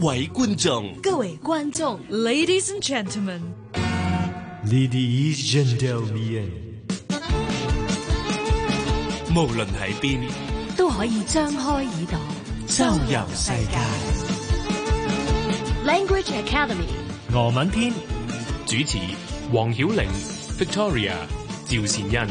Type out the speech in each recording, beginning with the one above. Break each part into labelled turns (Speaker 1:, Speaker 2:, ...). Speaker 1: 位觀眾，
Speaker 2: 各位觀眾，Ladies and gentlemen，
Speaker 3: Ladies gentlemen，
Speaker 1: 無論喺邊，
Speaker 2: 都可以張開耳朵
Speaker 1: 周遊世界。
Speaker 2: Language Academy，
Speaker 3: 俄文篇
Speaker 4: 主持黃曉玲、Victoria、趙善恩。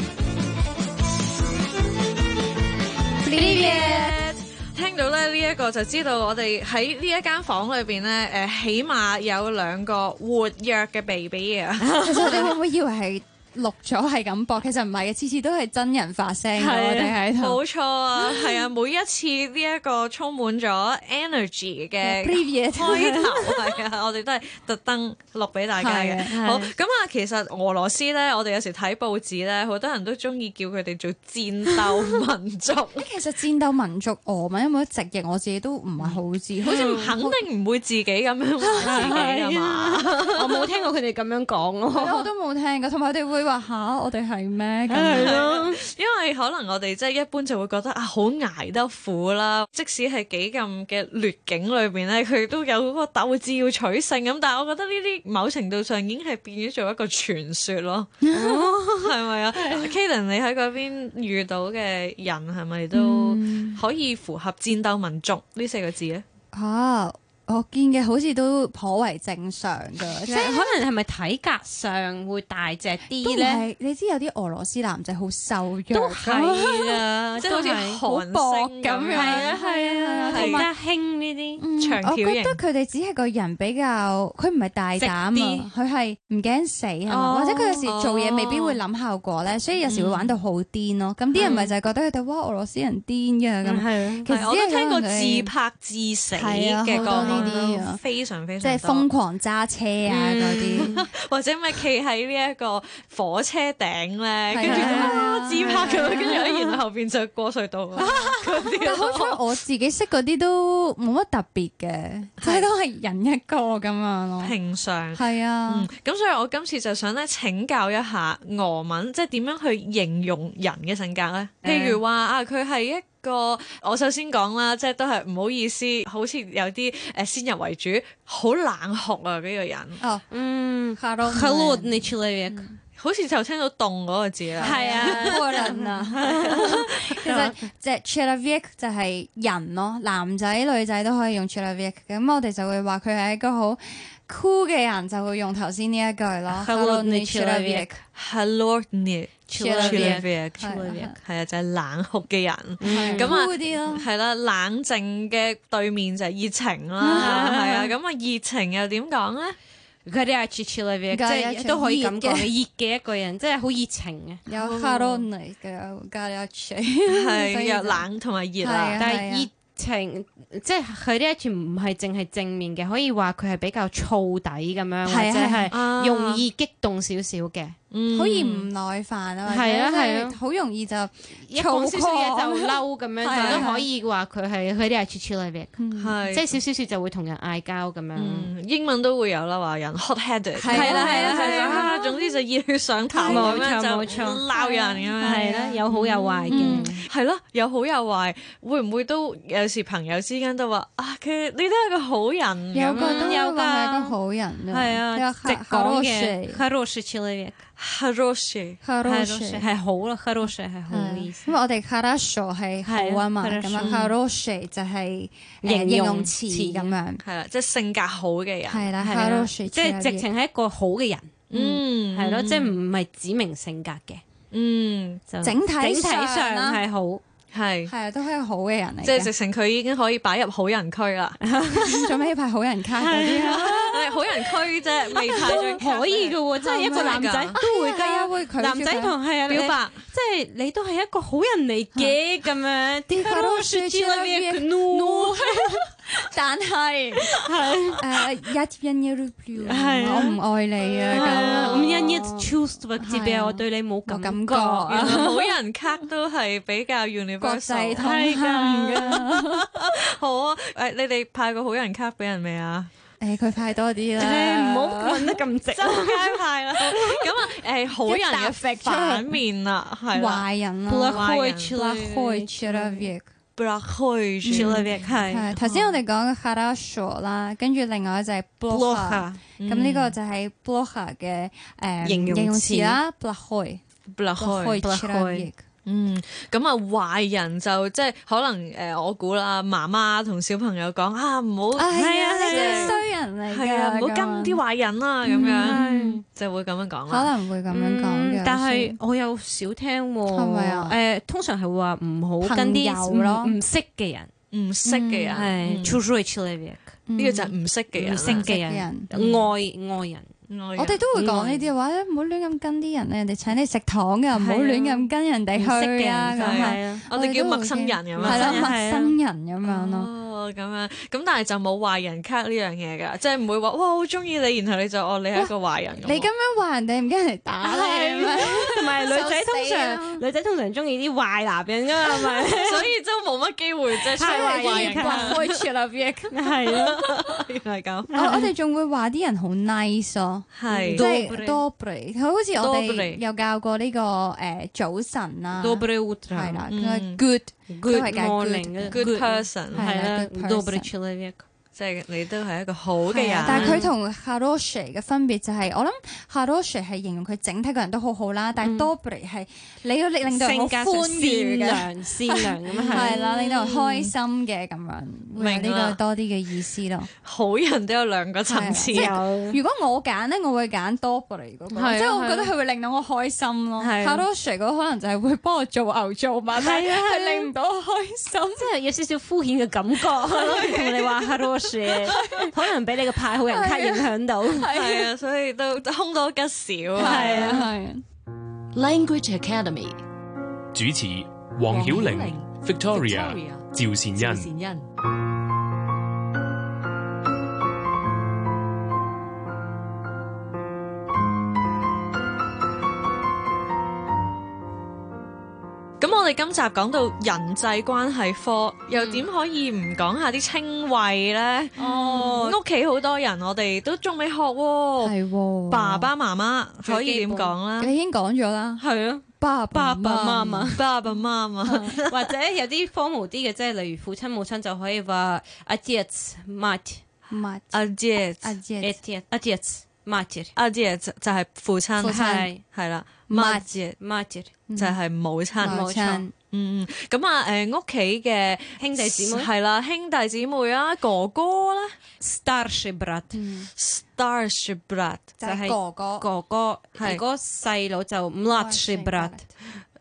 Speaker 5: 聽到咧呢一個就知道我哋喺呢一間房裏邊咧，誒起碼有兩個活躍嘅 BB 啊，
Speaker 6: 其實你會唔會以為係錄咗係咁播？其實唔係嘅，次次都係真人發聲嘅。
Speaker 7: 啊
Speaker 6: 我哋喺度
Speaker 5: 冇錯啊，係 啊，每一次呢一個充滿咗 energy 嘅
Speaker 6: Preview
Speaker 5: 開頭係啊，我哋都係特登錄俾大家嘅
Speaker 6: 係係。
Speaker 5: 好咁啊，其實俄羅斯咧，我哋有時睇報紙咧，好多人都中意叫佢哋做戰鬥民 族，
Speaker 6: 其實戰鬥民族俄文有冇得直譯？我自己都唔係好知，
Speaker 7: 嗯
Speaker 5: 好似肯定唔會自己咁樣話自己㗎
Speaker 6: 啊
Speaker 5: 嘛。
Speaker 7: 我冇聽過佢哋咁樣講
Speaker 6: 係啊 咯我
Speaker 7: 咯。
Speaker 6: 都冇聽過。同埋佢哋會話吓，我哋係咩咁？
Speaker 7: 係啊咯，
Speaker 5: 因為可能我哋即係一般就會覺得啊，好捱得苦啦。即使係幾咁嘅劣境裏邊咧，佢都有嗰個鬥志要取勝咁。但係我覺得呢啲某程度上已經係變咗做一個傳說咯，
Speaker 6: 哦
Speaker 5: 係咪 啊？Kaden，你喺嗰邊遇到嘅人係咪都
Speaker 6: 嗯
Speaker 5: 可以符合戰鬥民族呢四個字啊 咧？
Speaker 6: 吓，我見嘅好似都頗為正常㗎，
Speaker 7: 即
Speaker 6: 即
Speaker 7: 係啊
Speaker 6: 係。
Speaker 7: 可能係咪體格上會大隻
Speaker 6: 都
Speaker 7: 啲
Speaker 6: 唔
Speaker 7: 咧？
Speaker 6: 係，你知有啲俄羅斯男仔好瘦弱㗎，
Speaker 7: 都 係啊，
Speaker 5: 即係好似
Speaker 6: 好
Speaker 5: 韓
Speaker 6: 薄
Speaker 5: 星
Speaker 6: 咁
Speaker 5: 咁
Speaker 6: 樣，
Speaker 5: 樣
Speaker 6: 係啊
Speaker 7: 係
Speaker 6: 同
Speaker 7: 而
Speaker 6: 埋
Speaker 7: 家興呢啲。
Speaker 6: 嗯
Speaker 5: 長條
Speaker 6: 我
Speaker 5: 形
Speaker 6: 覺得佢哋只係個人比較，佢唔係大膽
Speaker 7: 直
Speaker 6: 啊
Speaker 7: 啲，
Speaker 6: 佢係唔驚死啊，
Speaker 7: 哦
Speaker 6: 或者佢有時做嘢未必會諗效果咧，所以有時會玩到好癲咯。咁啲人咪就係覺得佢哋哇俄羅斯人癲嘅咁，
Speaker 7: 係
Speaker 6: 其實
Speaker 5: 嗯啊係我都聽過
Speaker 6: 因為
Speaker 5: 自
Speaker 6: 佢
Speaker 5: 拍致死
Speaker 6: 係啊
Speaker 5: 嘅個
Speaker 6: 好多呢
Speaker 5: 案
Speaker 6: 啲
Speaker 5: 咯
Speaker 6: 啊
Speaker 5: 非常非
Speaker 6: 即
Speaker 5: 常
Speaker 6: 係
Speaker 5: 多
Speaker 6: 瘋狂揸車啊嗰啲，
Speaker 5: 或者咪企喺呢一個火車頂咧，跟住
Speaker 6: 係啊
Speaker 5: 啊自拍咁樣，跟住喺然後後邊就過隧 道啊嗰啲
Speaker 6: 但好彩
Speaker 5: 咯。
Speaker 6: 我自己識嗰啲都冇乜特別嘅，即係都係人一個咁樣咯。
Speaker 5: 平常，
Speaker 6: 係啊
Speaker 5: 嗯，，咁所以我今次就想咧請教一下俄文，即係點樣去形容人嘅性格咧？譬如話啊，佢係一個，我首先講啦，即係都係唔好意思，好似有啲誒先入為主，好冷酷啊呢個人，
Speaker 6: 哦
Speaker 7: 嗯
Speaker 6: Hello
Speaker 7: ，холодный человек
Speaker 5: 好似就聽到凍嗰個字啦。
Speaker 7: 係啊，
Speaker 6: 個人啊， 其實即係 c h e l a v i k 就係人咯，男仔女仔都可以用 c h e l a v i k 咁我哋就會話佢係一個好 cool 嘅人，就會用頭先呢一句咯。
Speaker 7: 啊 Холодный человек
Speaker 6: человек
Speaker 5: Hello, Nick.
Speaker 7: Человек
Speaker 5: Человек. 係啊，就係冷酷嘅人。
Speaker 7: 嗯
Speaker 5: 咁啊
Speaker 6: cool 啲咯。
Speaker 5: 係啦，冷靜嘅對面就係熱情啦，
Speaker 7: 嗯
Speaker 5: 係啊，咁啊熱情又點講 咧？
Speaker 7: ，горячий человек，即
Speaker 6: Горячий，
Speaker 7: 係都可以咁講，
Speaker 6: 熱嘅
Speaker 7: 熱嘅一個人，即係好熱情嘅。
Speaker 6: 有 harmony 嘅，有 g a l a c h
Speaker 5: 係又冷同埋熱
Speaker 6: 係
Speaker 5: 啦，
Speaker 6: 啊
Speaker 7: 但係熱情，即係佢呢一處唔係淨係正面嘅，可以話佢係比較燥底咁樣，
Speaker 6: 啊
Speaker 7: 或者
Speaker 5: 係啊
Speaker 7: 係容易激動少少嘅。
Speaker 5: 嗯
Speaker 6: 好易唔耐煩啊，或者
Speaker 7: 係啊
Speaker 6: 即
Speaker 7: 係啊
Speaker 6: 好容易就
Speaker 7: 一講少少嘢就嬲咁
Speaker 6: 係啊
Speaker 7: 樣，就都可以話佢係佢啲係 c h i l l i
Speaker 6: 嗯
Speaker 5: 係
Speaker 7: 即係啊少少少就會同人嗌交咁樣。
Speaker 5: 嗯英文都會有啦，話人 hot-headed
Speaker 6: 係啊係啊係啊
Speaker 5: 啊，總之就熱血上頭咁
Speaker 7: 冇錯
Speaker 5: 樣就
Speaker 7: 冇錯
Speaker 5: 鬧人咁樣。
Speaker 7: 係啦，有好有壞
Speaker 5: 嗯
Speaker 7: 嘅。，
Speaker 5: 係咯，有好有壞，會唔會都有時朋友之間都話啊，佢你都係個好人
Speaker 6: 有
Speaker 5: 咁
Speaker 6: 個都
Speaker 7: 有㗎
Speaker 6: 話係一個好人
Speaker 7: 係啊，直講嘅
Speaker 6: h
Speaker 7: h a r o s h c h i l l i
Speaker 5: ，Haroshi
Speaker 6: a r
Speaker 7: h
Speaker 6: o
Speaker 7: a
Speaker 6: s
Speaker 7: s
Speaker 6: h
Speaker 7: h 係好啦 h a r o s h 係好嘅意思
Speaker 6: 因。為我哋 хорошо 係好啊嘛，
Speaker 7: 係啊，хорошо
Speaker 6: 咁啊 хорошо 就係誒
Speaker 7: 形容
Speaker 6: 形容詞
Speaker 7: 詞
Speaker 6: 咁樣，
Speaker 5: 係啦，即係性格好嘅人。
Speaker 6: 係啦
Speaker 7: 係啦
Speaker 6: ，хорошо
Speaker 7: 即係直情係一個好嘅人，
Speaker 5: 嗯，
Speaker 7: 係咯，即係唔係指明性格嘅，
Speaker 5: 嗯，
Speaker 7: 就
Speaker 6: 整體
Speaker 7: 整體上
Speaker 6: 上啦
Speaker 7: 係好。
Speaker 5: 係，
Speaker 6: 係啊，都係好嘅人嚟
Speaker 5: 即係直
Speaker 6: 嘅，
Speaker 5: 情佢已經可以擺入好人區 啦，
Speaker 6: 做咩派好人卡嗰啲 啊？
Speaker 5: 係好人區啫，未派
Speaker 7: 都
Speaker 5: 咗卡
Speaker 7: 可以嘅喎，即係一個男
Speaker 5: 真
Speaker 7: 仔
Speaker 5: 係㗎
Speaker 7: 都會
Speaker 6: 係啊係啊
Speaker 7: 㗎，
Speaker 6: 會拒絕
Speaker 7: 男仔同係啊
Speaker 5: 表，白，
Speaker 7: 你即係你都係一個好人嚟 嘅咁樣。
Speaker 6: 啲 хороший
Speaker 7: хороший
Speaker 6: человек,
Speaker 7: человек,
Speaker 6: ну
Speaker 7: ну
Speaker 6: 但 係誒，я тебя не люблю，
Speaker 7: 係啊
Speaker 6: 我唔愛你
Speaker 7: 係
Speaker 6: 啊
Speaker 7: 啊
Speaker 6: 咁。
Speaker 7: ，у меня нет чувства к
Speaker 6: 係
Speaker 7: тебе，
Speaker 6: 啊
Speaker 7: 我對你冇
Speaker 6: 冇
Speaker 7: 感
Speaker 6: 感覺
Speaker 7: 覺。
Speaker 5: 原來好人卡都係比較
Speaker 6: 國際
Speaker 5: universal。
Speaker 6: 通行㗎，
Speaker 5: 好啊，誒，你哋派過好人卡俾人未 啊？
Speaker 6: 誒佢派多啲
Speaker 7: 唉
Speaker 6: 啦，
Speaker 7: 唔好問得咁直
Speaker 5: 周。街派啦，咁啊，誒，好人
Speaker 6: 一沓
Speaker 5: 嘅
Speaker 6: 揈出去
Speaker 5: 反面啦，係啦，
Speaker 6: 壞人啦啊
Speaker 7: Плохой
Speaker 5: Плохой
Speaker 7: человек
Speaker 6: ，плохой человек，
Speaker 5: brakhoi c h e l o v i 係
Speaker 6: 係頭先我哋講嘅 h a r a s h o 啦，跟住另外就係 blocker，
Speaker 7: blocker
Speaker 6: 咁呢個就係 blocker 嘅誒
Speaker 7: 形容詞
Speaker 6: 詞啦 b l o c k o i
Speaker 5: brakhoi。
Speaker 6: b l o c k o i
Speaker 5: 嗯，咁啊壞人就即係可能誒、呃我估啦，媽媽同小朋友講啊，唔好
Speaker 6: 係啊，你
Speaker 5: 係
Speaker 6: 真係
Speaker 5: 啊
Speaker 6: 衰人嚟㗎，嗯
Speaker 5: 係啊，唔好
Speaker 6: 咁
Speaker 5: 跟啲啊
Speaker 6: 樣
Speaker 5: 壞人啦，咁樣就會咁樣講
Speaker 6: 可
Speaker 5: 啦。
Speaker 6: 能會咁樣講嘅，
Speaker 7: 嗯但係我又少聽喎。
Speaker 6: 係咪啊
Speaker 7: 誒，通常係會話唔好
Speaker 6: 朋
Speaker 7: 跟
Speaker 6: 友
Speaker 7: 啲
Speaker 6: 咯
Speaker 7: 唔唔識嘅人，
Speaker 5: 唔識嘅人，
Speaker 7: 係
Speaker 5: 嗯
Speaker 7: children children
Speaker 5: 呢
Speaker 6: 嗯
Speaker 5: 個就係唔識嘅人啦，
Speaker 7: 唔識嘅
Speaker 6: 嘅
Speaker 7: 人
Speaker 6: 人，
Speaker 7: 愛愛人。
Speaker 5: 我
Speaker 6: 我哋都會講呢啲話，哎唔好亂咁跟啲人啊，人哋請你食堂㗎，唔好
Speaker 7: 係啊
Speaker 6: 亂咁跟人哋
Speaker 7: 唔識嘅
Speaker 6: 去啊，
Speaker 7: 人
Speaker 6: 咁
Speaker 7: 就
Speaker 6: 啊，
Speaker 7: 係啊，
Speaker 5: 我哋叫陌生人咁樣啊
Speaker 6: 係啦，
Speaker 7: 陌生
Speaker 6: 陌
Speaker 7: 人
Speaker 6: 生人咁樣咯。
Speaker 5: 哦，咁樣咁，但係就冇壞人卡呢樣嘢㗎，即係唔會話哇好中意你，然後你就哦你係一個壞人咁。
Speaker 6: 你咁樣話人哋唔驚人哋打你係咪？
Speaker 7: 同埋女仔
Speaker 6: 受
Speaker 7: 通
Speaker 6: 死啊
Speaker 7: 常女仔通常中意啲壞男人㗎嘛，係咪？
Speaker 5: 所以都冇乜機會啫，出
Speaker 7: 太壞
Speaker 5: 壞人
Speaker 7: 人卡
Speaker 5: 卡。
Speaker 6: 開 l o v e
Speaker 7: 係咯，
Speaker 5: 原來咁，
Speaker 6: 我我哋仲會話啲人好 nice 咯，即
Speaker 5: 係
Speaker 6: 係 dobre，佢好似我
Speaker 5: Dobre
Speaker 6: 哋有教過呢個誒早晨啦，係
Speaker 7: Dobre utro，
Speaker 6: 啦
Speaker 5: 嗯
Speaker 6: ，good 都
Speaker 7: good
Speaker 6: 係解 good
Speaker 7: morning
Speaker 5: good person
Speaker 6: 係
Speaker 7: 係啦
Speaker 6: 啦，good
Speaker 7: ，Dobre
Speaker 6: person
Speaker 7: children
Speaker 5: 即係你都係一個好嘅
Speaker 6: 係
Speaker 5: 人
Speaker 6: 啊。但係佢同 haroshi 嘅分別就係，我諗 haroshi 係形容佢整體個人都好好啦，但係 dobre 係你要令到人好
Speaker 7: 性格上
Speaker 6: 寬裕嘅。
Speaker 7: 善良善良咁樣係
Speaker 6: 係啦，令到人開心嘅咁樣，會有
Speaker 5: 明
Speaker 6: 呢
Speaker 5: 啦
Speaker 6: 個多啲嘅意思咯。
Speaker 5: 好人都有兩個層次，
Speaker 6: 係啊
Speaker 5: 係
Speaker 7: 有
Speaker 6: 如果我揀咧，我會揀 Dobre 嗰個，
Speaker 7: 係啊
Speaker 6: 即係我覺得佢會令到我開心咯。h
Speaker 7: 係
Speaker 6: a r o s h 嗰個可能就係會幫我做牛做馬，但係係令唔到我開心。
Speaker 7: 即係有少少敷衍嘅 感覺，同你話 hello 可能俾你個派好人卡影響到。
Speaker 5: 啊，所以都都凶多吉少啊。
Speaker 7: 係啊，
Speaker 6: 係啊
Speaker 2: Language Academy
Speaker 4: 主持黃曉玲、Victoria、趙善恩。
Speaker 5: 咁我哋今集講到人際關係科，又點可以唔講下啲稱謂呢？
Speaker 7: 哦，
Speaker 5: 屋企好多人，我哋都仲未學喎。
Speaker 6: 係喎，
Speaker 5: 爸爸媽媽可以
Speaker 7: 最基
Speaker 5: 點
Speaker 7: 本
Speaker 5: 講啦？
Speaker 6: 你已經講咗啦，
Speaker 7: 係啊，
Speaker 6: 爸
Speaker 7: 爸爸媽媽。
Speaker 5: 爸爸媽媽，
Speaker 7: 或者有啲 formal 啲嘅，即係例如父親母親就可以話 a d i t s mat
Speaker 6: 媽
Speaker 5: 阿姐，
Speaker 6: 阿
Speaker 7: a
Speaker 6: 姐
Speaker 7: d i t a d i t s mat
Speaker 5: 阿姐就就係父親，
Speaker 6: 父親
Speaker 5: 係係啦，
Speaker 6: 媽
Speaker 5: 媽姐
Speaker 7: mat
Speaker 5: 就係母親，
Speaker 6: 母親
Speaker 5: 嗯，嗯咁啊，誒屋企嘅
Speaker 7: 兄弟姊妹
Speaker 5: 係啦，兄弟姊妹啊，哥哥咧
Speaker 7: starship brat
Speaker 5: ，starship brat，
Speaker 6: 就係哥哥
Speaker 7: 哥哥，
Speaker 5: 係
Speaker 7: 如果細佬就 mladship brat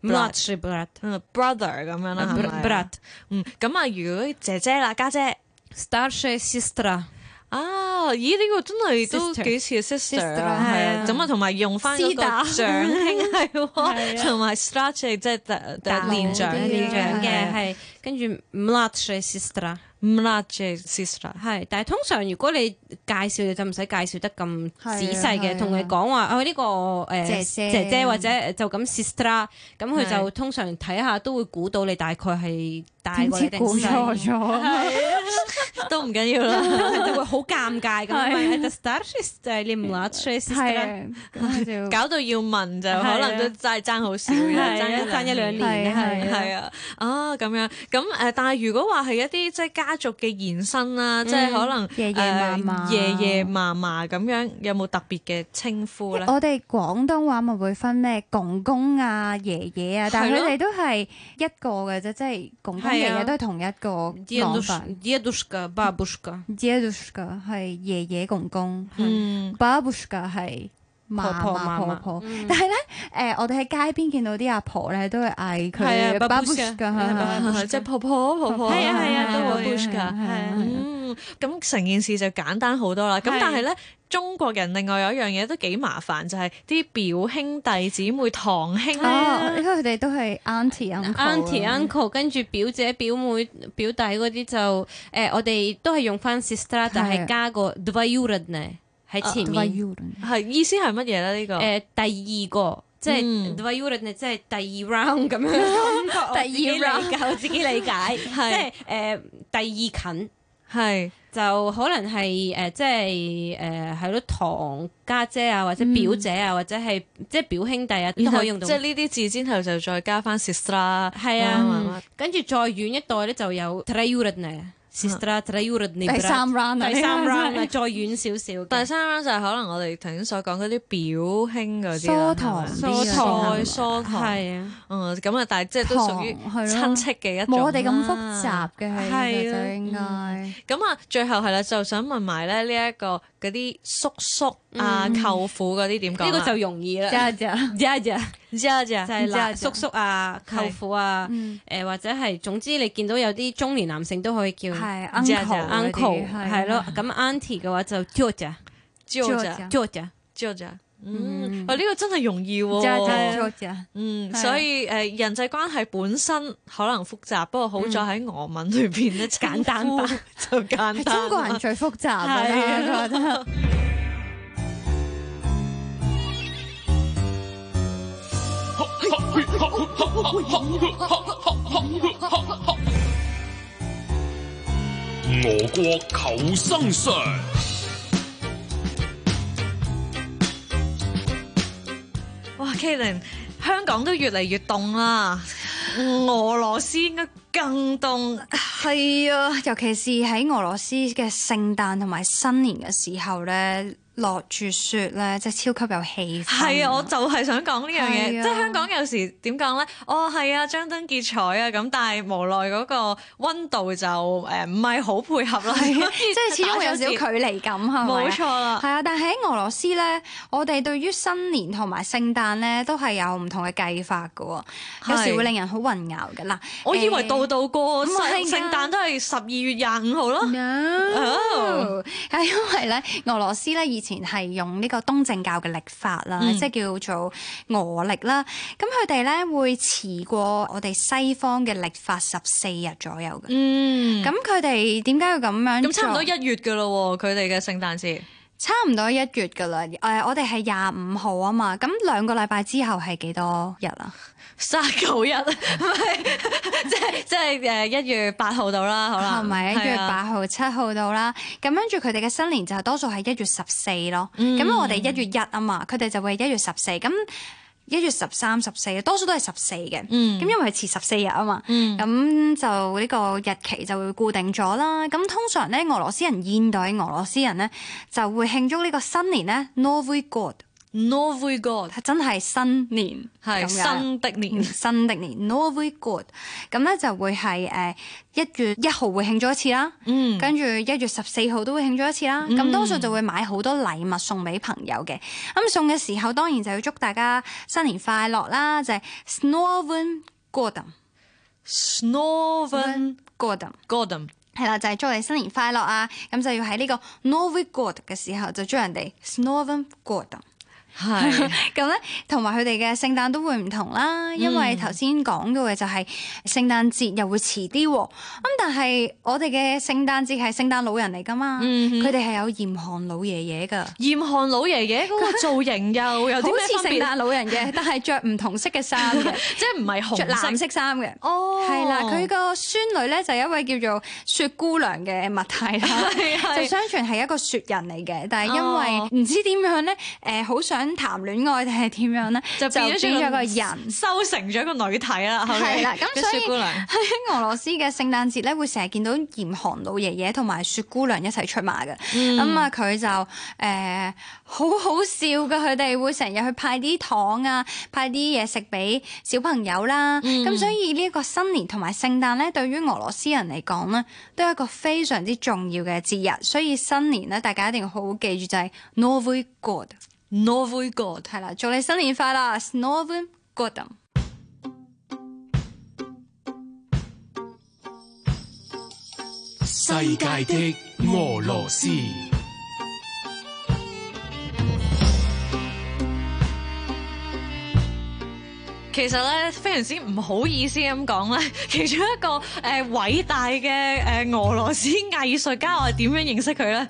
Speaker 7: mladship brat
Speaker 5: 嗯，brother 咁樣啦係咪
Speaker 7: brat
Speaker 5: 嗯，咁啊，如果姐姐啦，家姐
Speaker 7: starship sister
Speaker 5: 啊，咦呢個真係都
Speaker 7: Sister
Speaker 5: 幾似 sister
Speaker 6: Sister
Speaker 5: 啊
Speaker 6: 啊
Speaker 5: 係
Speaker 7: 係啊
Speaker 5: 啊，咁啊同埋用翻嗰個
Speaker 6: 絲打
Speaker 5: 長 兄係
Speaker 7: 係啊
Speaker 5: 喎，同埋 stretch 即係特特
Speaker 7: 大
Speaker 5: 年長
Speaker 6: 嗰啲
Speaker 7: 年
Speaker 6: 年
Speaker 7: 長
Speaker 6: 長
Speaker 7: 嘅
Speaker 5: 嘅
Speaker 7: 係跟住 mladship sister。
Speaker 5: 唔啦，即 sister。
Speaker 7: 係，但係通常如果你介紹，你就唔使介紹得咁仔細
Speaker 6: 係啊係
Speaker 7: 嘅，
Speaker 6: 啊
Speaker 7: 同佢講話啊呢個誒
Speaker 6: 姐姐
Speaker 7: 姐姐或者呃就咁 sister，咁佢
Speaker 5: 係
Speaker 7: 就通常睇下都會估到你大概係大
Speaker 6: 點
Speaker 7: 過
Speaker 6: 知
Speaker 7: 你定
Speaker 6: 估錯
Speaker 7: 細，
Speaker 6: 咗？
Speaker 5: 都唔緊要啦。
Speaker 7: 就會好尷尬咁
Speaker 6: 係
Speaker 7: 樣。The star is 就係你唔乸 s
Speaker 6: 係
Speaker 7: sister，
Speaker 6: 啊咁就要
Speaker 5: 搞到要問就
Speaker 7: 嗯係啊
Speaker 5: 可能都爭爭好少
Speaker 7: 係
Speaker 5: 嘅，
Speaker 7: 啊爭
Speaker 5: 爭
Speaker 7: 一兩年
Speaker 6: 係啊
Speaker 7: 係啊
Speaker 5: 係啊，啊咁樣咁誒、呃但係如果話係一啲即係家族嘅延伸啦，
Speaker 7: 嗯
Speaker 5: 即係可能
Speaker 6: 爺爺
Speaker 5: 誒
Speaker 6: 嫲嫲
Speaker 5: 爺爺嫲嫲咁樣，有冇特別嘅稱呼
Speaker 7: 哦
Speaker 5: 咧？
Speaker 6: 我哋廣東話咪會分咩公公啊、爺爺啊，但係
Speaker 5: 係
Speaker 6: 佢
Speaker 5: 咯
Speaker 6: 哋都係一個嘅啫，即係公公
Speaker 7: 係
Speaker 6: 爺
Speaker 7: 啊
Speaker 6: 爺都係同一個
Speaker 7: Дедушка-
Speaker 6: 講法。
Speaker 7: Дедушка, бабушка，
Speaker 6: Дедушка 係爺爺公公
Speaker 5: 嗯，
Speaker 6: ，бабушка 係媽
Speaker 7: 婆婆
Speaker 6: 媽
Speaker 7: 媽嗯
Speaker 6: 婆
Speaker 7: 媽
Speaker 6: 婆。但係咧，誒我哋喺街邊見到啲阿婆咧，都會嗌
Speaker 7: 係啊
Speaker 6: 佢
Speaker 7: babushka，
Speaker 6: babushka 係
Speaker 7: 嗯
Speaker 5: 啊
Speaker 6: 咪
Speaker 5: 即係婆婆婆婆，
Speaker 7: 係啊係啊都會
Speaker 5: babushka
Speaker 6: 係啊係啊
Speaker 5: 嗯，咁成件事就簡單好多啦。咁
Speaker 7: 係
Speaker 5: 但係咧，中國人另外有一樣嘢都幾麻煩，就係、啲表兄弟姊妹、堂兄
Speaker 6: 哦，因為佢哋都係 auntie uncle 啊
Speaker 7: auntie uncle，跟住表姐表妹表弟嗰啲就誒、呃我哋都係用翻 sister，但係加個 d v a y u r a n
Speaker 6: 啊
Speaker 7: 喺前面。
Speaker 5: 係意思係乜嘢咧？呢、個
Speaker 7: 誒、第二個即係
Speaker 5: 嗯
Speaker 7: d v a y u r a n 即係第二 round 咁樣嘅感覺。
Speaker 6: 第二 round
Speaker 7: 我自己理解，我自己理解，即
Speaker 5: 係
Speaker 7: 係誒、呃第二近，
Speaker 5: 係
Speaker 7: 就可能係誒、呃即係誒係咯，堂家姐啊，或者表姐啊，或者係即係表兄弟啊，都
Speaker 5: 然後
Speaker 7: 可以用到
Speaker 5: 即。係呢啲字之後就再加翻 sister 啦，
Speaker 7: 係
Speaker 5: 慢
Speaker 7: 啊
Speaker 5: 慢，
Speaker 7: 跟住再遠一代咧就有 t r a y u r a n e sister t r a y u r a n e
Speaker 6: 第三 round 啊
Speaker 7: 第三 round 啊，再遠少少嘅。
Speaker 5: 第三 round 就係可能我哋頭先所講嗰啲表兄嗰啲啦
Speaker 6: 疏堂
Speaker 5: 係
Speaker 6: 啲
Speaker 5: 咪
Speaker 6: 啊
Speaker 5: 疏堂疏堂
Speaker 7: 係啊，
Speaker 5: 嗯咁啊，但係即係都屬於
Speaker 6: 堂係咯
Speaker 5: 親戚嘅一種啊
Speaker 6: 冇我哋咁
Speaker 5: 啦
Speaker 6: 複雜嘅係
Speaker 7: 係
Speaker 6: 其
Speaker 7: 啊
Speaker 6: 實應
Speaker 5: 咁
Speaker 6: 該。
Speaker 5: 啊，最後係啦，就想問埋咧呢一個嗰啲叔叔啊、舅父嗰啲點講啊？
Speaker 7: 呢個就容易啦。
Speaker 6: 家姐，
Speaker 7: 呀呀
Speaker 5: 唔知啊，就
Speaker 7: 就係啦，
Speaker 6: 呀
Speaker 7: 叔叔啊、舅
Speaker 5: 係
Speaker 7: 父啊，
Speaker 6: 嗯，
Speaker 7: 誒或者係總之你見到有啲中年男性都可以叫
Speaker 6: 係
Speaker 5: 姐姐
Speaker 6: uncle 嗰啲
Speaker 7: 嗯 uncle 係
Speaker 6: 係
Speaker 7: 咯，咁 auntie 嘅話就 Georgia
Speaker 5: Georgia
Speaker 7: Georgia，
Speaker 5: Georgia，嗯，哦呢個真係容易
Speaker 6: 家姐
Speaker 5: 喎。
Speaker 6: Georgia
Speaker 5: 嗯，
Speaker 6: 係啊
Speaker 5: 所以誒人際關係本身可能複雜，不過好在喺俄文裏邊 咧
Speaker 7: 簡單化
Speaker 5: 稱呼就嗯簡單。
Speaker 6: 係中國人。最複雜啊！
Speaker 7: 係
Speaker 6: 我覺得
Speaker 4: 俄國求生術，
Speaker 5: 哇 k a t l i n 香港都越嚟越凍啦，俄羅斯應該更凍。
Speaker 6: 係啊，尤其是喺俄羅斯嘅聖誕同埋新年嘅時候咧，落住雪咧，即係超級有氣氛。
Speaker 5: 係啊，我就係想講呢樣嘢，
Speaker 6: 係啊
Speaker 5: 即係香港有時點講咧？哦，係啊，張燈結彩啊，咁但係無奈嗰個温度就誒唔係啊好配合啦，
Speaker 6: 即係始終會有少少距離感，係咪啊
Speaker 5: 冇錯啦
Speaker 6: 係啊，但係喺俄羅斯咧，我哋對於新年同埋聖誕咧都係有唔同嘅計法嘅喎，有
Speaker 5: 係
Speaker 6: 時會令人好混淆嘅嗱。
Speaker 5: 我以為
Speaker 6: 誒
Speaker 5: 度度過
Speaker 6: 唔
Speaker 5: 聖
Speaker 6: 係㗎
Speaker 5: 聖誕都啊係十二月廿五號咯，
Speaker 6: No，係
Speaker 5: 哦
Speaker 6: 因為咧，俄羅斯咧以前係用呢個東正教嘅曆法啦，
Speaker 5: 嗯
Speaker 6: 即係叫做俄曆啦。咁佢哋咧會遲過我哋西方嘅曆法十四日左右嘅。
Speaker 5: 嗯，
Speaker 6: 咁佢哋點解要咁樣
Speaker 5: 咁差唔多
Speaker 6: 做
Speaker 5: 一月嘅咯喎，佢哋嘅聖誕節
Speaker 6: 差唔多一月㗎啦。誒、我哋係廿五號啊嘛，咁兩個禮拜之後係幾多日啊？
Speaker 5: 三十九 日，唔係即係即係誒一月八號到啦，可能
Speaker 6: 係咪一月
Speaker 5: 係啊
Speaker 6: 八號、七號到啦？咁跟住佢哋嘅新年就多數係一月十四咯。咁、
Speaker 5: 嗯
Speaker 6: 我哋一月一啊嘛，佢哋就會一月十四。咁一月十三、十四，啊多數都係十四嘅。咁、
Speaker 5: 嗯
Speaker 6: 因為係遲十四日啊嘛，咁、就呢個日期就會固定咗啦。咁通常咧，俄羅斯人現代俄羅斯人咧就會慶祝呢個新年咧 Novy God，
Speaker 5: Novy God
Speaker 6: 真係新年
Speaker 5: 係
Speaker 6: 咁樣
Speaker 5: 新的
Speaker 6: 嗯
Speaker 5: 年，
Speaker 6: 新的年 Novy God，咁咧就會係誒一月一號會慶祝一次啦，
Speaker 5: 嗯
Speaker 6: 跟住一月十四號都會慶祝一次啦。咁、多數就會買好多禮物送俾朋友嘅。咁送嘅時候當然就要祝大家新年快樂啦，就係、s n o v e n Godam
Speaker 5: Snoven
Speaker 6: Godam。
Speaker 5: Godam。
Speaker 6: 係啦，就係、祝你新年快樂啊！咁就要喺呢個 Novy God 嘅時候就祝人哋 s n o v e n Godam。
Speaker 5: 係 嗯
Speaker 6: 咁咧，同埋佢哋嘅聖誕都會唔同啦，因為頭先講到嘅就係聖誕節又會遲啲喎。咁但係我哋嘅聖誕節係聖誕老人嚟噶嘛，
Speaker 5: 嗯
Speaker 6: 佢哋係有嚴寒老爺爺噶，
Speaker 5: 嚴寒老爺爺嗰個造型又有
Speaker 6: 嗯好
Speaker 5: 啲咩
Speaker 6: 似
Speaker 5: 分
Speaker 6: 聖
Speaker 5: 別？
Speaker 6: 誕老人嘅，但係着唔同色 嘅衫嘅，
Speaker 5: 即係唔係
Speaker 6: 着藍
Speaker 5: 紅色？
Speaker 6: 色衫嘅。
Speaker 5: 哦
Speaker 6: 係啦，佢個孫女咧就係一位叫做雪姑娘嘅物體啦，
Speaker 5: 係哦
Speaker 6: 就相傳係一個雪人嚟嘅，但係因為唔知點樣咧，誒好想談戀愛定係點樣咧，
Speaker 5: 就
Speaker 6: 就
Speaker 5: 變
Speaker 6: 變
Speaker 5: 咗
Speaker 6: 咗個
Speaker 5: 個
Speaker 6: 人。
Speaker 5: 收成咗個女體啦，後
Speaker 6: 係啦，
Speaker 5: 嘅
Speaker 6: 咁所以
Speaker 5: 雪姑娘
Speaker 6: 喺俄羅斯嘅聖誕節咧，會成日見到嚴寒老爺爺同埋雪姑娘一齊出馬嘅。咁啊、佢就誒、呃好好笑嘅，佢哋會成日去派啲糖啊，派啲嘢食俾小朋友啦。咁、所以呢一個新年同埋聖誕咧，對於俄羅斯人嚟講咧，都係一個非常之重要嘅節日。所以新年咧，大家一定要好好記住就係 Novy God，
Speaker 5: Novy God。
Speaker 6: 係啦，祝你新年快樂 s n o v y Godam。
Speaker 1: 世界的俄羅斯，
Speaker 5: 其實咧，非常之唔好意思咁講咧， 其中一個誒、呃、偉大嘅誒、呃俄羅斯藝術家，我係點樣認識佢咧？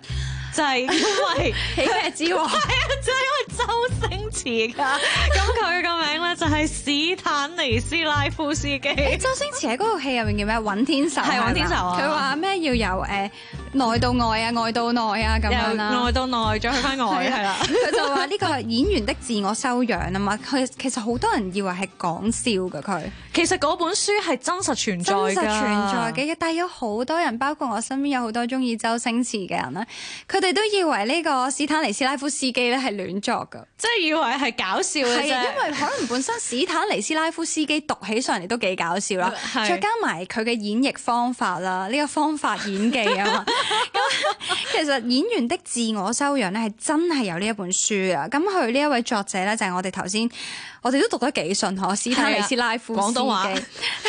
Speaker 5: 就係因為
Speaker 6: 喜劇之王
Speaker 5: 係啊，就係因為周星馳 噶。咁佢個名咧就係史坦尼斯拉夫 斯基。
Speaker 6: 周星馳喺嗰套戲入面叫咩？尹天仇
Speaker 5: 係
Speaker 6: 嘛
Speaker 5: 尹天仇啊
Speaker 6: 佢話咩要有誒呃內到外啊，外到內啊咁樣啦。啊
Speaker 5: 由內到內再去翻外，啊係啦。
Speaker 6: 佢就話呢個係演員的自我修養啊嘛，佢其實好多人以為係講笑噶佢，
Speaker 5: 其實嗰本書係真實存在
Speaker 6: 真
Speaker 5: 㗎
Speaker 6: 實存在嘅，但係有好多人，包括我身邊有好多中意周星馳嘅人啦，佢哋都以為呢個史坦尼斯拉夫斯基咧係亂作噶，
Speaker 5: 即係以為係搞笑嘅啫。
Speaker 6: 係啊，因為可能本身史坦尼斯拉夫斯基讀起上嚟都幾搞笑啦，
Speaker 5: 係
Speaker 6: 再加埋佢嘅演繹方法啦，呢個方法演技啊嘛。咁 其實演員的自我修養咧係真係有呢一本書啊。咁佢呢一位作者咧就係我哋頭先，我哋都讀得幾順呵，史坦尼斯拉夫斯基。
Speaker 5: 廣東話
Speaker 6: 啊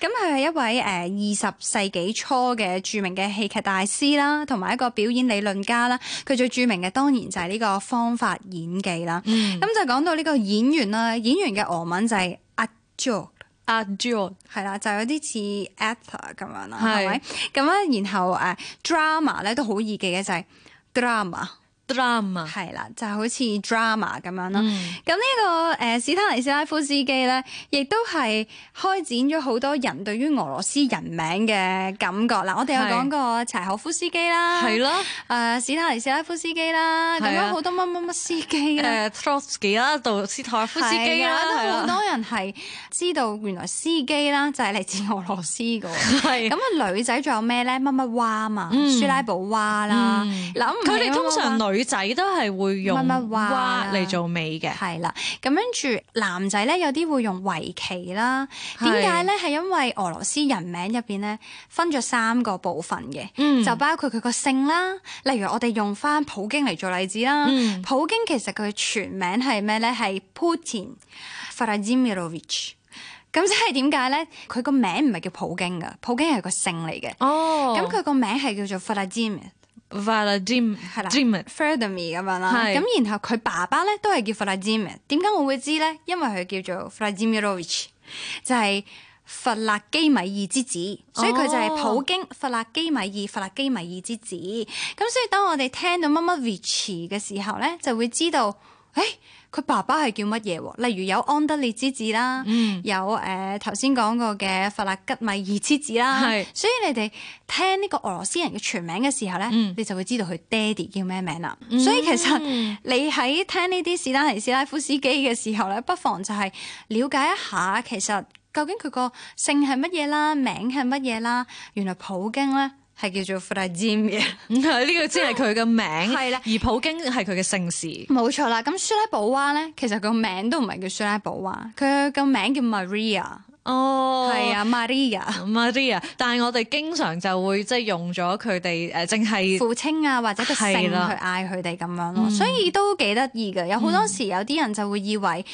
Speaker 6: 咁佢係一位誒二十世紀初嘅著名嘅戲劇大師啦，同埋一個表演理論家啦。佢最著名嘅當然就係呢個方法演技啦。咁、就講到呢個演員啦，演員嘅俄文就係 actor。
Speaker 5: 阿 Jo
Speaker 6: 係啦，就有啲似 actor 咁樣啦，
Speaker 5: 係
Speaker 6: 係咪？咁啊咧，然後誒、drama 呃咧都好易記嘅就係、drama，
Speaker 5: 啊 drama
Speaker 6: 係啦，就好似 drama 咁樣啦。
Speaker 5: 嗯
Speaker 6: 咁呢、個誒、呃史坦尼斯拉夫斯基咧，亦都係開展咗好多人對於俄羅斯人名嘅感覺啦。我哋有
Speaker 5: 係
Speaker 6: 講過柴可夫斯基啦，
Speaker 5: 係
Speaker 6: 誒、
Speaker 5: 啦，
Speaker 6: 史坦尼斯拉夫斯基啦，咁
Speaker 5: 係啊
Speaker 6: 樣好多乜乜乜司機啦。
Speaker 5: 誒 Trotsky 啦，杜斯托夫斯基啦，
Speaker 6: 嗯係啊
Speaker 5: 係
Speaker 6: 都
Speaker 5: 啦
Speaker 6: 好多人係知道原來司機啦就係嚟自俄羅斯嘅喎。
Speaker 5: 係
Speaker 6: 咁啊，女仔仲有咩咧？乜乜蛙嘛，
Speaker 5: 嗯
Speaker 6: 舒拉布蛙啦，
Speaker 5: 嗯
Speaker 6: 諗唔起
Speaker 5: 佢哋通
Speaker 6: 乜乜蛙
Speaker 5: 常女仔都係會用
Speaker 6: 乜乜話
Speaker 5: 蛙嚟做尾嘅，
Speaker 6: 係啦，咁跟住男仔咧有啲會用圍棋啦，點
Speaker 5: 係
Speaker 6: 解咧？係因為俄羅斯人名入邊咧分咗三個部分嘅，
Speaker 5: 嗯
Speaker 6: 就包括佢個姓啦，例如我哋用翻普京嚟做例子啦，
Speaker 5: 嗯
Speaker 6: 普京其實佢全名係咩咧？係 Putin Vladimirovich。咁即係點解咧？佢個名唔係叫普京噶，普京係個姓嚟嘅。
Speaker 5: 哦
Speaker 6: 咁佢個名係叫做 Vladimir。
Speaker 5: Vladimir
Speaker 6: 係啦
Speaker 5: Jim
Speaker 6: f e r d e m i 咁樣啦，
Speaker 5: 係
Speaker 6: 咁然後佢爸爸咧都係叫 Vladimir，點解我會知咧？因為佢叫做 Vladimirovich，就係弗勒基米爾之子，所以佢就係
Speaker 5: 哦
Speaker 6: 普京弗勒基米爾弗勒基米爾之子。咁所以當我哋聽到乜乜 Vich 嘅時候咧，就會知道，誒佢爸爸係叫乜嘢喎？例如有安德烈之子啦，
Speaker 5: 嗯
Speaker 6: 有誒頭先講過嘅弗勒吉米爾之子啦，
Speaker 5: 係
Speaker 6: 所以你哋聽呢個俄羅斯人嘅全名嘅時候咧，你就會知道佢爹哋叫咩名啦。所以其實你喺聽呢啲史丹尼斯拉夫斯基嘅時候咧，不妨就係了解一下其實究竟佢個姓係乜嘢啦，名係乜嘢啦。原來普京咧係叫做弗拉基米爾。
Speaker 5: 係 呢個只係佢嘅名，
Speaker 6: 係啦
Speaker 5: 而普京係佢嘅姓氏。
Speaker 6: 冇錯啦，咁舒拉寶娃咧，其實個名都唔係叫舒拉寶娃，佢個名叫 Maria，
Speaker 5: 哦
Speaker 6: 係啊 Maria，
Speaker 5: Maria，但係我哋經常就會即係用咗佢哋誒，淨係
Speaker 6: 父親啊或者個姓去
Speaker 5: 係啦
Speaker 6: 嗌佢哋咁樣咯，所以都幾得意嘅。有好多時有啲人就會以為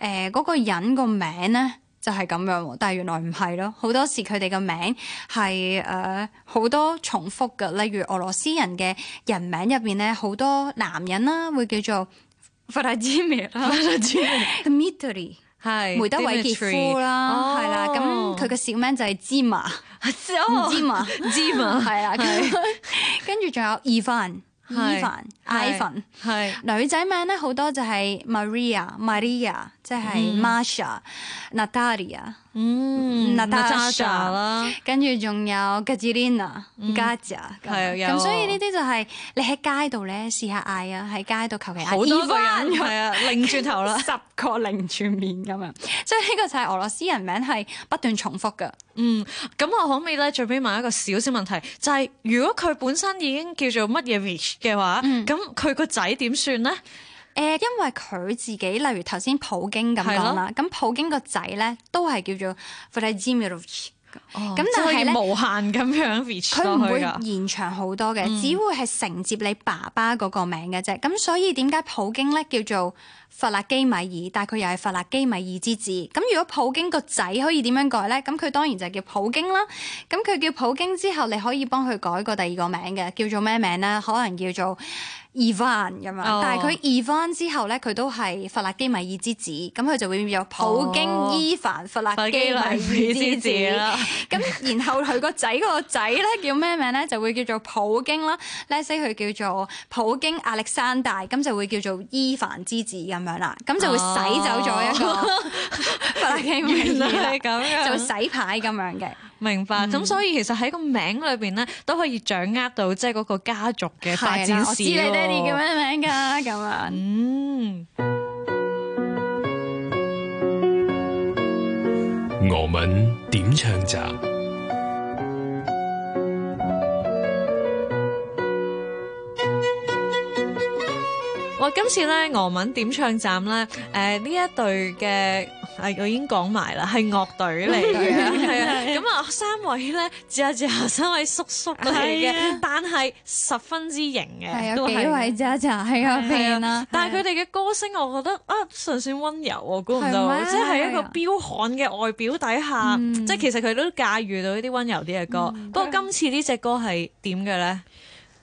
Speaker 6: 誒嗰個人個名咧。就係咁樣喎，但係原來唔係咯。好多時佢哋個名係誒好多重複嘅，例如俄羅斯人嘅人名入邊咧，好多男人啦會叫做 Vladimir 啦 Dmitry。
Speaker 5: 係哦
Speaker 6: 梅德韋傑夫啦，係啦，咁佢嘅小名就係芝麻，
Speaker 5: 哦
Speaker 6: 唔芝麻，
Speaker 5: 知嘛？
Speaker 6: 係啦，啊咁跟住仲有 Evan、
Speaker 5: 係
Speaker 6: Evan、
Speaker 5: 係
Speaker 6: Ivan。
Speaker 5: 係
Speaker 6: 女仔名咧好多就係 Maria、Maria，即係 Masha、Natalia，
Speaker 5: 嗯
Speaker 6: Natasha
Speaker 5: 啦，
Speaker 6: 跟住仲有 Gazilina、Gaza，
Speaker 5: 嗯係啊有
Speaker 6: 咁所以呢啲就係你喺街度咧試下嗌啊，喺街度求其嗌
Speaker 5: 好多個
Speaker 6: Ivan
Speaker 5: 人係啊，擰轉頭啦，
Speaker 6: 十個零全面咁樣，所以呢個就係俄羅斯人名係不斷重複嘅。
Speaker 5: 嗯，咁我可唔可以咧最尾問一個小小問題，就係、如果佢本身已經叫做乜嘢 rich 嘅話，
Speaker 6: 嗯
Speaker 5: 咁佢個仔點算咧？
Speaker 6: 誒、呃因為佢自己，例如頭先普京咁
Speaker 5: 係
Speaker 6: 講
Speaker 5: 咯
Speaker 6: 啦，咁普京個仔咧都係叫做 Vladimirovich，
Speaker 5: 咁
Speaker 6: 但係呢
Speaker 5: 無限咁樣 rich
Speaker 6: 佢唔
Speaker 5: 落
Speaker 6: 會
Speaker 5: 去啊㗎，嗯
Speaker 6: 延長好多嘅，只會係承接你爸爸嗰個名嘅啫。咁所以點解普京咧叫做弗勒基米爾，但係佢又係弗勒基米爾之子。咁如果普京個仔可以點樣改咧？咁佢當然就係叫普京啦。咁佢叫普京之後，你可以幫佢改個第二個名嘅，叫做咩名咧？可能叫做 Ivan 咁樣。啊
Speaker 5: 哦
Speaker 6: 但係佢 Ivan 之後咧，佢都係弗勒基米爾之子，咁佢就會有普京、
Speaker 5: 哦
Speaker 6: 伊凡、弗勒
Speaker 5: 佛
Speaker 6: 基
Speaker 5: 基
Speaker 6: 米爾
Speaker 5: 米
Speaker 6: 之
Speaker 5: 之子
Speaker 6: 子啦。
Speaker 5: 啦。
Speaker 6: 咁然後佢個仔個仔咧叫咩名咧？就會叫做普京啦，let's say 佢叫做普京亞歷山大，咁就會叫做伊凡之子咁樣啦，咁就會 洗走咗一個弗拉基米爾
Speaker 5: 哦原
Speaker 6: 啦
Speaker 5: 來係咁樣
Speaker 6: 就洗牌咁樣嘅。
Speaker 5: 明白。
Speaker 6: 嗯
Speaker 5: 咁所以其實喺個名裏邊咧，都可以掌握到即係嗰個家族嘅發
Speaker 6: 係
Speaker 5: 展
Speaker 6: 啦，
Speaker 5: 史
Speaker 6: 我知你爹哋
Speaker 5: 喎
Speaker 6: 叫咩名㗎咁樣。
Speaker 5: 嗯。
Speaker 4: 俄文點唱集？
Speaker 5: 哇！今次咧俄文點唱站咧，誒、呢一隊嘅。係我已經講埋啦，係樂隊嚟嘅，係啊，咁啊三位咧，只有只有三位叔叔嚟
Speaker 7: 係
Speaker 5: 嘅
Speaker 7: 啊，
Speaker 5: 但係十分之型嘅，
Speaker 6: 係啊，
Speaker 5: 都
Speaker 6: 幾
Speaker 5: 係
Speaker 6: 位咋咋喺啊嗰邊啦。
Speaker 5: 但係佢哋嘅歌聲，我覺得啊，尚算温柔喎，估唔
Speaker 6: 係
Speaker 5: 到，
Speaker 6: 咩
Speaker 5: 即係一個彪悍嘅外表底下，
Speaker 6: 嗯
Speaker 5: 即係其實佢都駕馭到一啲温柔啲嘅歌。不過今次呢只歌係點嘅咧？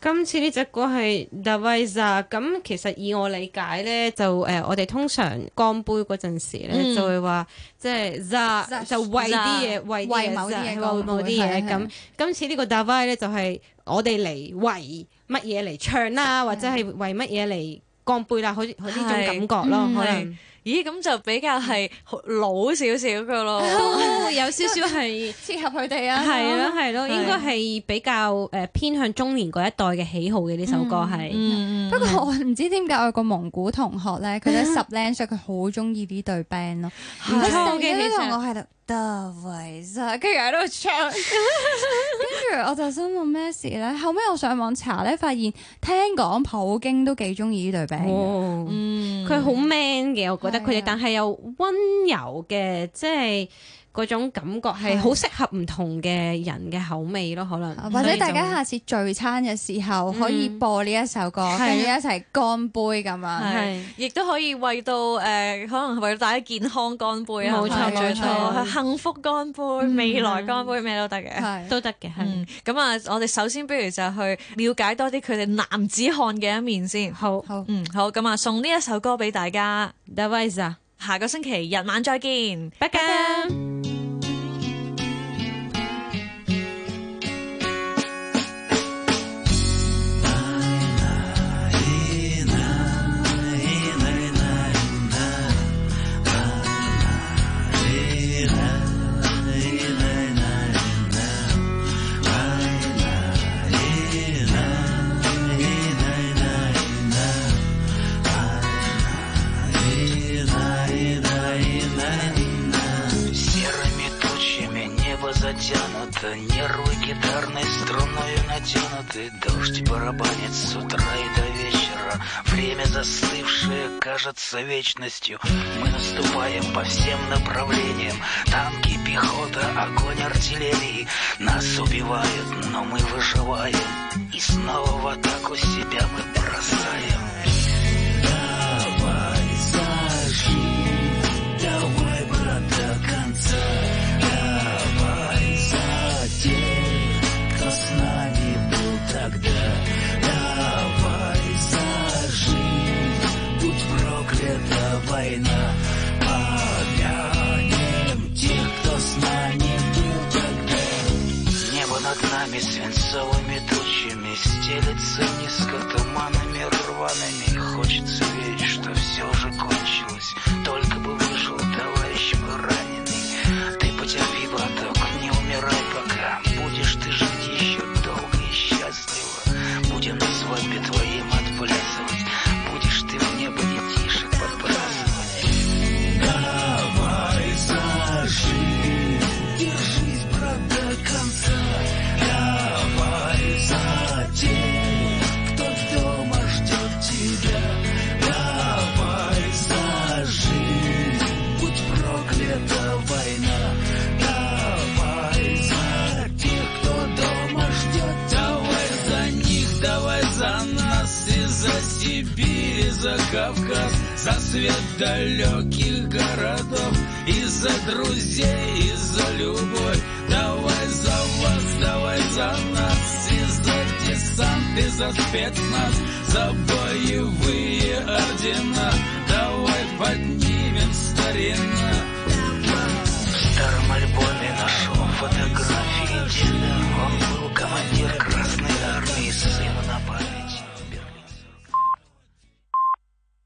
Speaker 7: 今次呢只歌係 d a v i s a 咁其實以我理解咧，就誒、呃我哋通常乾杯嗰陣時咧，
Speaker 5: 嗯
Speaker 7: 就會話即係 za 就為啲嘢，為
Speaker 6: 為
Speaker 7: 啲
Speaker 6: 某啲嘢
Speaker 7: 為某啲
Speaker 6: 乾杯
Speaker 7: 嘢
Speaker 6: 係
Speaker 7: 咁。今次呢個 d a v i 咧就係、我哋嚟為乜嘢嚟唱啦，或者係為乜嘢嚟乾杯啦，好似好似呢種感覺咯，
Speaker 5: 嗯
Speaker 7: 可
Speaker 5: 係
Speaker 7: 能
Speaker 5: 咦，咁就比較係好老少少嘅咯。
Speaker 7: 都有少少係。
Speaker 6: 切合佢哋啊，
Speaker 7: 係咯係咯，
Speaker 5: 係
Speaker 7: 應該係比較誒、呃偏向中年嗰一代嘅喜好嘅呢首歌係。
Speaker 5: 嗯，
Speaker 6: 不過我唔知點解我有個蒙古同學咧，佢都十零歲，佢好中意呢隊 band 咯。
Speaker 5: 係
Speaker 6: 佢成日都同我喺度 The Voice 啊跟住喺度唱，跟住我就心諗咩事咧？後尾我上網查咧，發現聽講普京都幾中意呢隊 band 嘅。
Speaker 7: 哦
Speaker 5: 嗯
Speaker 7: 佢好 man 嘅，我覺得佢
Speaker 6: 係
Speaker 7: 哋
Speaker 6: 啊，
Speaker 7: 但係又温柔嘅，即係嗰種感覺係好適合唔同嘅人嘅口味咯，可能
Speaker 6: 或者
Speaker 7: 所以就
Speaker 6: 大家下次聚餐嘅時候可以播呢一首歌，
Speaker 7: 係
Speaker 6: 跟住一齊乾杯咁樣。
Speaker 5: 係
Speaker 7: 係，
Speaker 5: 亦都可以為到誒、呃可能為到大家健康乾杯啊，
Speaker 7: 冇
Speaker 6: 錯
Speaker 5: 最
Speaker 6: 冇錯
Speaker 5: 多幸福乾杯、未來乾杯，咩都得嘅。
Speaker 6: 係
Speaker 7: 都得嘅，係
Speaker 5: 嗯，咁啊，我哋首先不如就去了解多啲佢哋男子漢嘅一面先。
Speaker 7: 好
Speaker 6: 好，
Speaker 5: 嗯，好，咁啊，送呢一首歌俾大家，
Speaker 7: d a v i s a
Speaker 5: 下個星期日晚再見。
Speaker 7: 拜拜。
Speaker 8: Серыми тучами небо затянуто Нервы гитарной струною натянуты Дождь барабанит с утра и до вечера Время застывшее кажется вечностью Мы наступаем по всем направлениям Танки, пехота, огонь артиллерии Нас убивают, но мы выживаем И снова в атаку себя мы бросаем Давай, зажги Давай, брат, до конца Давай за тех, кто с нами был тогда Давай за жизнь, будь проклята война Помянем тех, кто с нами был тогда Небо над нами свинцовыми тучами Стелится низко туманами рваными Хочется верить, что все же кончилось Только бы выжил товарищ мой раненый Ты потерпи, браток, не умирай пока Будешь ты жить еще долго и счастливо Будем на свадьбе твоим отплясывать Будешь ты в небо детишек подбрасывать Давай зажи, держись, брат, до конца. Давай за тех, кто дома ждет тебя. Давай за жизнь, будь проклята война. Давай за тех, кто дома ждет тебя. Давай за них, давай за нас и за Сибирь, и за Кавказ, за свет далеких городов, и за друзей, и за любовь. Давай за вас, давай за нас, и за десант, и за спецназ, за боевые ордена. Давай поднимем старина.